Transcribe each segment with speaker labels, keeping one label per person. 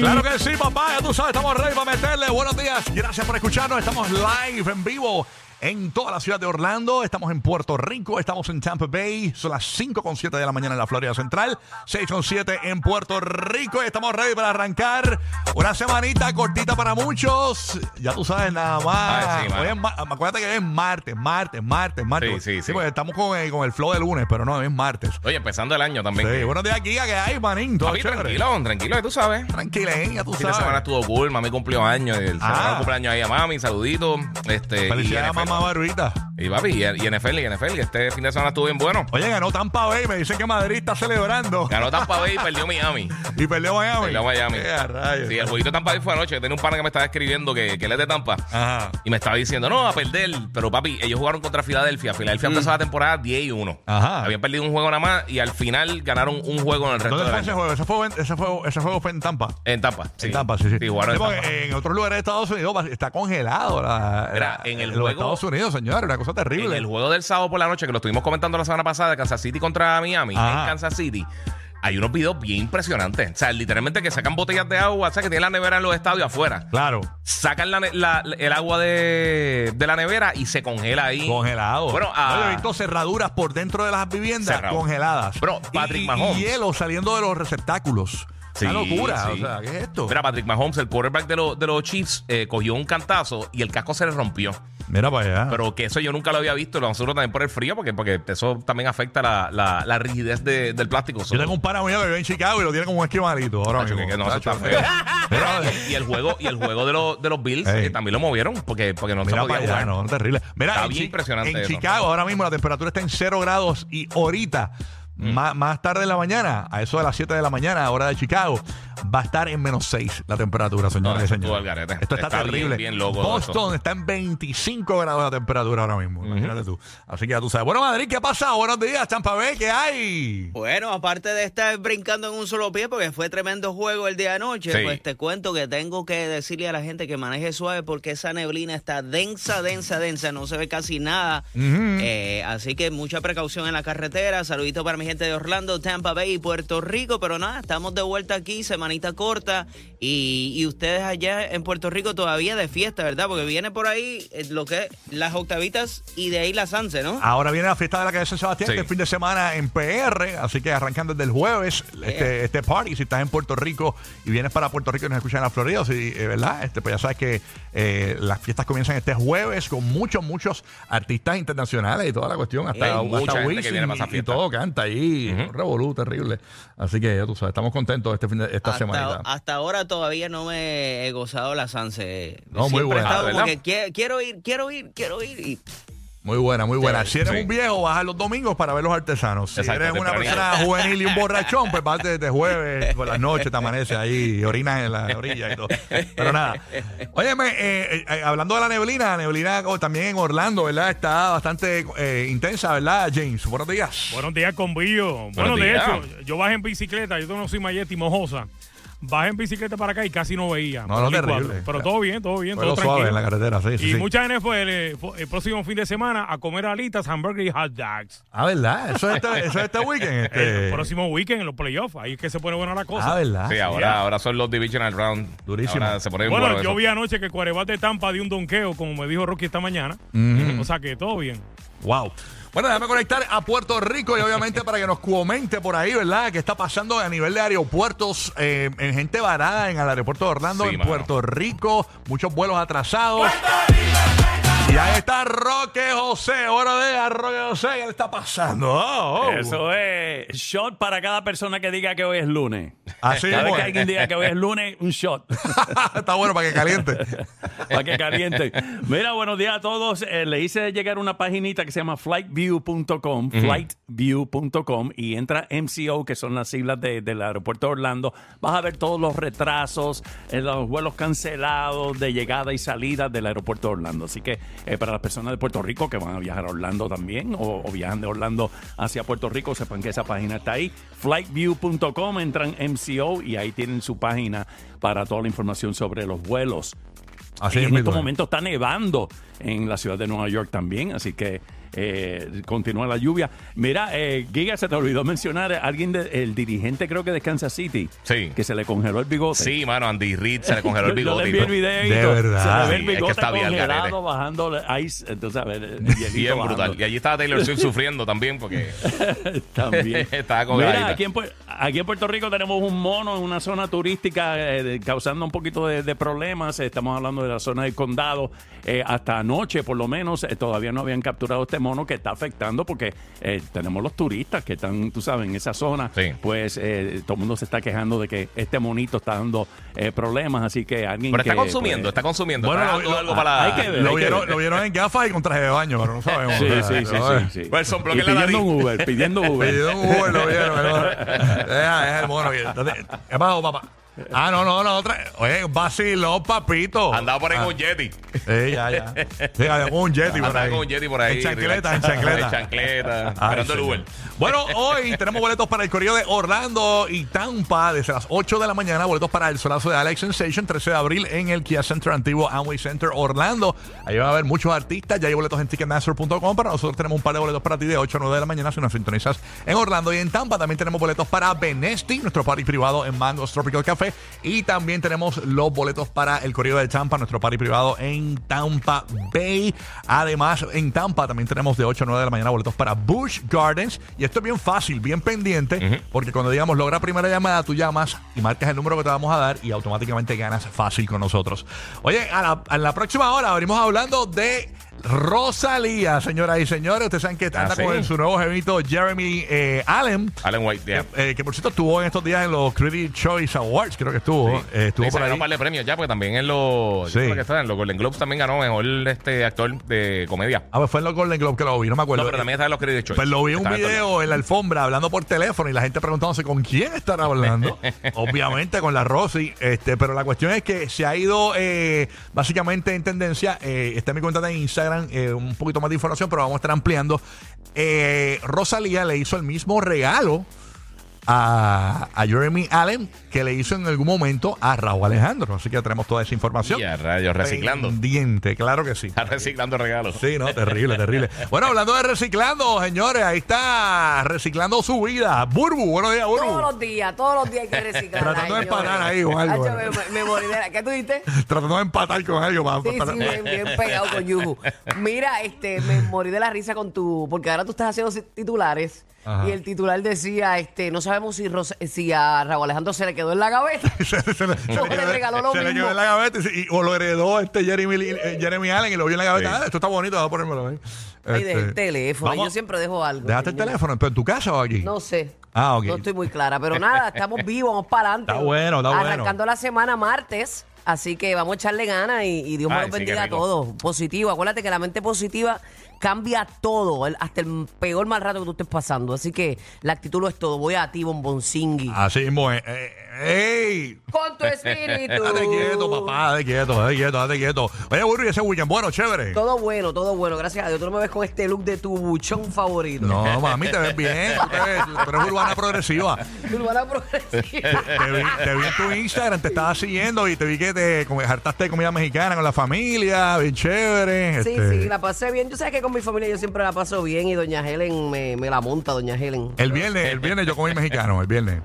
Speaker 1: Claro que sí, papá. Ya tú sabes, estamos ready para meterle. Buenos días. Gracias por escucharnos. Estamos live en vivo en toda la ciudad de Orlando. Estamos en Puerto Rico. Estamos en Tampa Bay. Son las 5 con 7 de la mañana en la Florida Central. 6 con 7 en Puerto Rico. Y estamos ready para arrancar una semanita cortita para muchos. Ya tú sabes, nada más.
Speaker 2: Ay, Ah, sí, mano.
Speaker 1: Hoy es ma- acuérdate que es martes, martes, martes, martes.
Speaker 2: Sí, sí, sí.
Speaker 1: porque estamos con, eh, con el flow de lunes, pero no, es martes.
Speaker 2: Oye, empezando el año también.
Speaker 1: Sí, buenos días, Giga. ¿Qué hay, manín? ¿Todo
Speaker 2: Papi,
Speaker 1: chévere?
Speaker 2: tranquilo, tranquilo, que tú sabes.
Speaker 1: Tranquilen, eh, ya tú
Speaker 2: Esta
Speaker 1: sabes.
Speaker 2: semana estuvo cool, mami cumplió años, el
Speaker 1: Ah.
Speaker 2: celebraron cumpleaños ahí a mami, saludito. Este, y,
Speaker 1: Felicidades a
Speaker 2: NFL.
Speaker 1: mamá Barbita.
Speaker 2: y papi, y, y NFL, y NFL, que este fin de semana estuvo bien bueno.
Speaker 1: Oye, ganó Tampa Bay. Me dicen que Madrid está celebrando.
Speaker 2: Ganó Tampa Bay y perdió Miami.
Speaker 1: Y perdió Miami.
Speaker 2: Perdió Miami.
Speaker 1: Eh, a rayos.
Speaker 2: Sí, el jueguito de Tampa Bay fue anoche. Tenía un pana que me estaba escribiendo que, que él es de Tampa.
Speaker 1: Ajá.
Speaker 2: Y me estaba diciendo, no, a perder. Pero papi, ellos jugaron contra Filadelfia. Filadelfia empezó la temporada 10 y 1.
Speaker 1: Ajá.
Speaker 2: Habían perdido un juego nada más y al final ganaron un juego en el resto
Speaker 1: ¿Dónde
Speaker 2: del
Speaker 1: fue
Speaker 2: año.
Speaker 1: ese juego? Ese, fue, en- ese, fue, ese juego fue en Tampa.
Speaker 2: En Tampa.
Speaker 1: En Tampa, sí, sí.
Speaker 2: jugaron
Speaker 1: Sí,
Speaker 2: en
Speaker 1: porque eh,
Speaker 2: Tampa.
Speaker 1: en otros lugares de Estados Unidos va- está congelado. La,
Speaker 2: Mira,
Speaker 1: la-
Speaker 2: en el
Speaker 1: los
Speaker 2: juego-
Speaker 1: Estados Unidos, señor, una cosa
Speaker 2: En
Speaker 1: terrible.
Speaker 2: el juego del sábado por la noche, que lo estuvimos comentando la semana pasada, Kansas City contra Miami,
Speaker 1: Ajá.
Speaker 2: en Kansas City, hay unos videos bien impresionantes. O sea, literalmente que sacan botellas de agua, o sea, que tienen la nevera en los estadios afuera.
Speaker 1: Claro,
Speaker 2: Sacan la ne- la- el agua de, de la nevera y se congela ahí.
Speaker 1: congelado.
Speaker 2: Bueno, ah, a-
Speaker 1: Oye, he visto cerraduras por dentro de las viviendas
Speaker 2: Cerrado.
Speaker 1: congeladas.
Speaker 2: Bro, Patrick
Speaker 1: Y- y,
Speaker 2: Mahomes.
Speaker 1: Y hielo saliendo de los receptáculos.
Speaker 2: Sí,
Speaker 1: una locura.
Speaker 2: sí.
Speaker 1: O sea, ¿qué es esto?
Speaker 2: Mira, Patrick Mahomes, el quarterback de, los- de los Chiefs, eh, cogió un cantazo y el casco se le rompió.
Speaker 1: Mira para allá.
Speaker 2: Pero que eso yo nunca lo había visto. Lo nosotros también por el frío, porque, porque eso también afecta la, la- la rigidez de- del plástico.
Speaker 1: Yo tengo un pana mío que vive en Chicago y lo tiene como un esquimalito. Ahora
Speaker 2: Tacho,
Speaker 1: mismo.
Speaker 2: que- que no, eso
Speaker 1: Tacho,
Speaker 2: está feo.
Speaker 1: Mira,
Speaker 2: y el juego y el juego de los de los Bills
Speaker 1: Ey.
Speaker 2: que también lo movieron porque porque no se
Speaker 1: mira
Speaker 2: podía
Speaker 1: para allá,
Speaker 2: jugar.
Speaker 1: no, terrible. Mira,
Speaker 2: Está
Speaker 1: en
Speaker 2: bien
Speaker 1: Chi-
Speaker 2: impresionante
Speaker 1: En
Speaker 2: eso.
Speaker 1: Chicago ahora mismo la temperatura está en 0 grados y ahorita,
Speaker 2: Mm.
Speaker 1: más, más tarde en la mañana, a eso de las 7 de la mañana, hora de Chicago, va a estar en menos 6 la temperatura, señores
Speaker 2: No,
Speaker 1: y
Speaker 2: eso
Speaker 1: señores.
Speaker 2: estuvo al garete.
Speaker 1: Esto está,
Speaker 2: Está bien,
Speaker 1: terrible.
Speaker 2: bien loco todo eso.
Speaker 1: Boston está en 25 grados la temperatura ahora mismo. Imagínate tú. Así que ya tú sabes. Bueno, Madrid, ¿qué ha pasado? Buenos días, Champa B, ¿qué hay?
Speaker 3: Bueno, aparte de estar brincando en un solo pie, porque fue tremendo juego el día de anoche,
Speaker 2: Sí.
Speaker 3: pues te cuento que tengo que decirle a la gente que maneje suave porque esa neblina está densa, densa, densa, no se ve casi nada. Eh, así que mucha precaución en la carretera. Saludito para mi gente de Orlando, Tampa Bay y Puerto Rico, pero nada, estamos de vuelta aquí, semanita corta, y, y ustedes allá en Puerto Rico todavía de fiesta, ¿verdad? Porque viene por ahí eh, lo que es las octavitas y de ahí las once, ¿no?
Speaker 1: Ahora viene la fiesta de la calle San Sebastián,
Speaker 2: Sí.
Speaker 1: este fin de semana en PR, así que arrancan desde el jueves este, este party. Si estás en Puerto Rico y vienes para Puerto Rico y nos escuchas en la Florida, si, eh, ¿verdad? Este, pues ya sabes que eh, las fiestas comienzan este jueves con muchos, muchos artistas internacionales y toda la cuestión. Hasta,
Speaker 2: Hay mucha
Speaker 1: hasta
Speaker 2: gente que
Speaker 1: Wisin
Speaker 2: viene para esa
Speaker 1: y, y
Speaker 2: fiesta.
Speaker 1: todo canta ahí. Un revolú terrible. Así que ya tú sabes, estamos contentos este fin de, esta
Speaker 3: hasta,
Speaker 1: semanita.
Speaker 3: hasta ahora todavía no me he gozado la Sanse.
Speaker 1: No, muy buena.
Speaker 3: Siempre he estado
Speaker 2: Ah,
Speaker 3: como
Speaker 2: ¿verdad?
Speaker 3: que "Quie- quiero ir, quiero ir, quiero ir. Y
Speaker 1: Muy buena, muy buena.
Speaker 2: Sí,
Speaker 1: si eres
Speaker 2: sí.
Speaker 1: un viejo, vas a los domingos para ver los artesanos. Si
Speaker 2: Exacto,
Speaker 1: eres una
Speaker 2: tempranito.
Speaker 1: persona juvenil y un borrachón, pues vas desde jueves por la noche, te amaneces ahí, y orinas en la orilla y todo. Pero nada. Óyeme, eh, eh, hablando de la neblina, la neblina oh, también en Orlando, ¿verdad? Está bastante eh, intensa, ¿verdad, James? Buenos días.
Speaker 4: Buenos días, Combillo. Bueno, de
Speaker 2: días.
Speaker 4: hecho, yo bajé en bicicleta, yo conocí Mayeti Mojosa. Bajé en bicicleta para acá y casi no veía.
Speaker 1: No, no,
Speaker 4: Por el
Speaker 1: terrible.
Speaker 4: cuadro. Pero todo bien, todo bien,
Speaker 1: Fuego
Speaker 4: todo
Speaker 1: suave
Speaker 4: tranquilo.
Speaker 1: en la carretera, sí, sí,
Speaker 4: y
Speaker 1: sí.
Speaker 4: mucha gente fue el, eh, fue el próximo fin de semana a comer alitas, hamburguesas y hot dogs.
Speaker 1: Ah, ¿verdad? Eso es este, eso es este weekend. Este...
Speaker 4: El próximo weekend en los playoffs, ahí es que se pone buena la cosa.
Speaker 1: Ah, ¿verdad?
Speaker 2: Sí, ahora, ahora son los divisional round.
Speaker 1: Durísimo.
Speaker 2: Ahora se pone bien
Speaker 4: Bueno,
Speaker 2: bueno
Speaker 4: yo
Speaker 2: eso.
Speaker 4: vi anoche que Cuarebat de Tampa dio un donqueo, como me dijo Rocky esta mañana. O sea que todo bien.
Speaker 1: Wow. Bueno, déjame conectar a Puerto Rico y obviamente para que nos comente por ahí, ¿verdad? ¿Qué está pasando a nivel de aeropuertos? eh, en gente varada en el aeropuerto de Orlando,
Speaker 2: Sí,
Speaker 1: en
Speaker 2: mano.
Speaker 1: Puerto Rico, muchos vuelos atrasados. Y ahí está Roque José. Buenos días, Roque José. ¿Qué le está pasando? Oh, oh.
Speaker 5: Eso es shot para cada persona que diga que hoy es lunes.
Speaker 1: Así
Speaker 5: cada vez
Speaker 1: mismo
Speaker 5: que
Speaker 1: es.
Speaker 5: alguien diga que hoy es lunes, un shot
Speaker 1: está bueno para que caliente.
Speaker 5: para que caliente. Mira, buenos días a todos. Eh, le hice llegar una paginita que se llama flightview.com, flightview.com, y entra MCO, que son las siglas de- del aeropuerto de Orlando. Vas a ver todos los retrasos, eh, los vuelos cancelados de llegada y salida del aeropuerto de Orlando. Así que eh, para las personas de Puerto Rico que van a viajar a Orlando también, o, o viajan de Orlando hacia Puerto Rico, sepan que esa página está ahí. Flightview.com, entran MCO y ahí tienen su página para toda la información sobre los vuelos
Speaker 1: Así
Speaker 5: y en
Speaker 1: mismo
Speaker 5: estos
Speaker 1: es.
Speaker 5: momentos está nevando en la ciudad de Nueva York también, así que eh, continúa la lluvia. Mira, eh, Giga, se te olvidó mencionar a alguien, de- el dirigente creo que de Kansas City,
Speaker 2: Sí.
Speaker 5: que se le congeló el bigote.
Speaker 2: Sí, mano, Andy Reid se le congeló el
Speaker 5: Yo- yo
Speaker 2: bigote.
Speaker 5: le
Speaker 2: y
Speaker 5: envié el
Speaker 2: todo.
Speaker 5: videíto.
Speaker 1: De verdad.
Speaker 5: Se le ve
Speaker 2: Sí,
Speaker 5: el
Speaker 2: es que
Speaker 5: bigote
Speaker 2: está bien,
Speaker 5: congelado
Speaker 2: garete.
Speaker 5: bajando la ice, eh, tú sabes, el hielito
Speaker 2: Bien
Speaker 5: bajando.
Speaker 2: brutal. Y allí estaba Taylor Swift sufriendo también porque
Speaker 5: También.
Speaker 2: Estaba con
Speaker 5: Mira,
Speaker 2: gaita.
Speaker 5: aquí en, Puer- aquí en Puerto Rico tenemos un mono en una zona turística eh, de- causando un poquito de, de problemas. Estamos hablando de la zona del condado. Eh, hasta anoche, por lo menos, eh, todavía no habían capturado este mono que está afectando porque eh, tenemos los turistas que están, tú sabes, en esa zona.
Speaker 2: Sí.
Speaker 5: Pues eh, todo el mundo se está quejando de que este monito está dando eh, problemas. Así que alguien
Speaker 2: pero está
Speaker 5: que,
Speaker 2: consumiendo,
Speaker 5: pues,
Speaker 2: está consumiendo.
Speaker 1: Bueno,
Speaker 2: está
Speaker 1: lo-
Speaker 2: dando
Speaker 1: lo-
Speaker 2: algo para
Speaker 5: hay que ver.
Speaker 1: Lo vieron, lo vieron en gafas y con traje de baño, pero no sabemos.
Speaker 5: Sí,
Speaker 1: O sea,
Speaker 5: sí, sí,
Speaker 1: ¿no?
Speaker 5: sí, sí.
Speaker 2: Pues sopló
Speaker 5: Y
Speaker 2: que la
Speaker 5: pidiendo
Speaker 2: nariz.
Speaker 5: un Uber, pidiendo Uber.
Speaker 1: Pedido un Uber, lo vieron, hermano. Deja, es el mono. que- entonces, ¿Qué pasó, papá? Ah, no, no, la otra. Oye, vaciló, papito.
Speaker 2: Andaba por ahí con un Yeti.
Speaker 1: Ah. Sí, ya, ya. Sí, con un jetty por
Speaker 2: Andaba
Speaker 1: ahí.
Speaker 2: con un Yeti por ahí.
Speaker 1: En chancleta, en chancleta.
Speaker 2: En chancleta.
Speaker 1: Ay,
Speaker 2: Esperando el
Speaker 1: señor.
Speaker 2: Uber.
Speaker 1: Bueno, hoy tenemos boletos para el corrido de Orlando y Tampa desde las 8 de la mañana. Boletos para el solazo de Alex Sensation, 13 de abril en el Kia Center antiguo Amway Center Orlando. Ahí va a haber muchos artistas. Ya hay boletos en Ticketmaster.com. Pero nosotros tenemos un par de boletos para ti de 8 a 9 de la mañana si nos sintonizas en Orlando y en Tampa. También tenemos boletos para Benesti, nuestro party privado en Mangos Tropical Café. Y también tenemos los boletos para el corrido de Tampa, nuestro party privado en Tampa Bay. Además, en Tampa también tenemos de 8 a 9 de la mañana boletos para Bush Gardens. Y esto es bien fácil, bien pendiente, porque cuando digamos logra primera llamada, tú llamas y marcas el número que te vamos a dar y automáticamente ganas fácil con nosotros. Oye, a la, a la próxima hora abrimos hablando de Rosalía, señoras y señores. Ustedes saben que anda
Speaker 2: Ah, sí.
Speaker 1: con su nuevo jevito Jeremy eh, Allen.
Speaker 2: Allen White, ya.
Speaker 1: Eh, que por cierto estuvo en estos días en los Critics Choice Awards, creo que estuvo. Eh, estuvo
Speaker 2: Le
Speaker 1: por
Speaker 2: sacaron
Speaker 1: ahí.
Speaker 2: un par de premios ya, porque también en los, yo
Speaker 1: Sí.
Speaker 2: creo que está en los Golden Globes también ganó mejor este actor de comedia.
Speaker 1: A ver, Ah, pues fue en los Golden Globe que Pues lo vi, no me acuerdo.
Speaker 2: no, pero también está en los Critics Choice.
Speaker 1: Pues lo vi en un
Speaker 2: Está en estos
Speaker 1: video en la alfombra hablando por teléfono y la gente preguntándose con quién estará hablando. Obviamente con la Rosy. Este, pero la cuestión es que se ha ido eh, básicamente en tendencia. eh, está en mi cuenta de Instagram eh, un poquito más de información, pero vamos a estar ampliando. Eh, Rosalía le hizo el mismo regalo a, a Jeremy Allen que le hizo en algún momento a Raúl Alejandro. Así que tenemos toda esa información.
Speaker 2: Y a rayos, reciclando.
Speaker 1: Pendiente, claro que sí.
Speaker 2: Está reciclando regalos.
Speaker 1: Sí, no, terrible, terrible. Bueno, hablando de reciclando, señores, ahí está reciclando su vida. Burbu, buenos días,
Speaker 6: Todos
Speaker 1: Burbu.
Speaker 6: los días, todos los días hay que reciclar.
Speaker 1: Tratando de
Speaker 6: Ay, Dios.
Speaker 1: empatar ahí o algo. eh.
Speaker 6: Hacho, me, me- me morí de la... ¿Qué tú dijiste?
Speaker 1: Tratando de empatar con algo para,
Speaker 6: Sí,
Speaker 1: para-
Speaker 6: sí, bien, bien pegado con Yuhu. Mira, este, me morí de la risa con tu... Porque ahora tú estás haciendo titulares.
Speaker 1: Ajá.
Speaker 6: Y el titular decía, este, no sabemos si, Ros- si a Raúl Alejandro se le quedó en la cabeza.
Speaker 1: Se, se- se le, se
Speaker 6: No,
Speaker 1: le
Speaker 6: le
Speaker 1: quedó-
Speaker 6: regaló lo
Speaker 1: se le
Speaker 6: mismo.
Speaker 1: quedó en la gaveta y se- y- o lo heredó este Jeremy, Lee- eh, Jeremy Allen y lo vio en la gaveta.
Speaker 2: Sí.
Speaker 1: Ah, esto está bonito, voy a ponérmelo ahí.
Speaker 6: Ay, dejé
Speaker 1: Este,
Speaker 6: el teléfono.
Speaker 1: vamos-
Speaker 6: Yo siempre dejo algo.
Speaker 1: ¿Dejaste el
Speaker 6: señor.
Speaker 1: teléfono? ¿Pero en tu casa o aquí?
Speaker 6: No sé.
Speaker 1: Ah, ok.
Speaker 6: No estoy muy clara, pero nada, estamos vivos, vamos para adelante.
Speaker 1: Está bueno, está bueno.
Speaker 6: Arrancando la semana martes, así que vamos a echarle ganas y, y Dios me
Speaker 2: Ay,
Speaker 6: los
Speaker 2: sí, qué
Speaker 6: bendiga a
Speaker 2: rico.
Speaker 6: todos. Positivo, acuérdate que la mente positiva cambia todo, el- hasta el peor mal rato que tú estés pasando. Así que la actitud lo es todo. Voy a ti, bomboncingui.
Speaker 1: Así mismo es. Eh, ¡Ey!
Speaker 6: Con tu espíritu.
Speaker 1: Date quieto, papá, date quieto, date quieto, date quieto. Oye, Burbu, ¿y ese weekend bueno, chévere?
Speaker 6: Todo bueno, todo bueno. Gracias a Dios. Tú no me ves con este look de tu buchón favorito.
Speaker 1: No, mami, te ves bien. Tú, te ves- tú eres urbana progresiva.
Speaker 6: Urbana progresiva.
Speaker 1: Te vi, te vi en tu Instagram, te estaba siguiendo y te vi que te como, hartaste de comida mexicana con la familia, bien chévere.
Speaker 6: Sí,
Speaker 1: este.
Speaker 6: sí, la pasé bien. Yo sé que con mi familia yo siempre la paso bien y doña Helen me, me la monta, doña Helen.
Speaker 1: El viernes, el viernes yo comí mexicano, el viernes.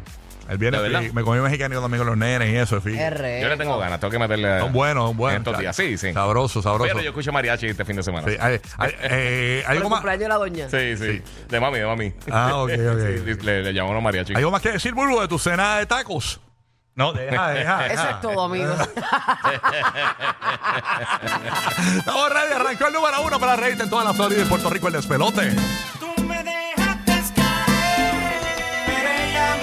Speaker 1: El viernes
Speaker 2: ¿De
Speaker 1: fui-
Speaker 2: verdad?
Speaker 1: me comí mexicano también con los nenes y eso, fíjate.
Speaker 6: R. E.
Speaker 2: Yo le tengo ganas, tengo que meterle. a-
Speaker 1: Son buenos, son buenos.
Speaker 2: en estos días, sí, sí.
Speaker 1: Sabroso, sabroso.
Speaker 2: Pero yo escucho mariachi este fin de semana.
Speaker 1: Sí,
Speaker 2: Sí,
Speaker 1: hay- hay- eh,
Speaker 6: Por el
Speaker 1: algo más.
Speaker 6: cumpleaños de la doña.
Speaker 2: sí. De mami, de mami.
Speaker 1: Ah, ok, ok.
Speaker 2: Le, le, le llamamos mariachi.
Speaker 1: ¿Hay ¿Algo más que decir, Bulbo, de tu cena de tacos? No, deja, deja.
Speaker 6: Eso es todo, amigos.
Speaker 1: Estamos ready, arrancó el número uno para reírte en toda la Florida y Puerto Rico, el despelote.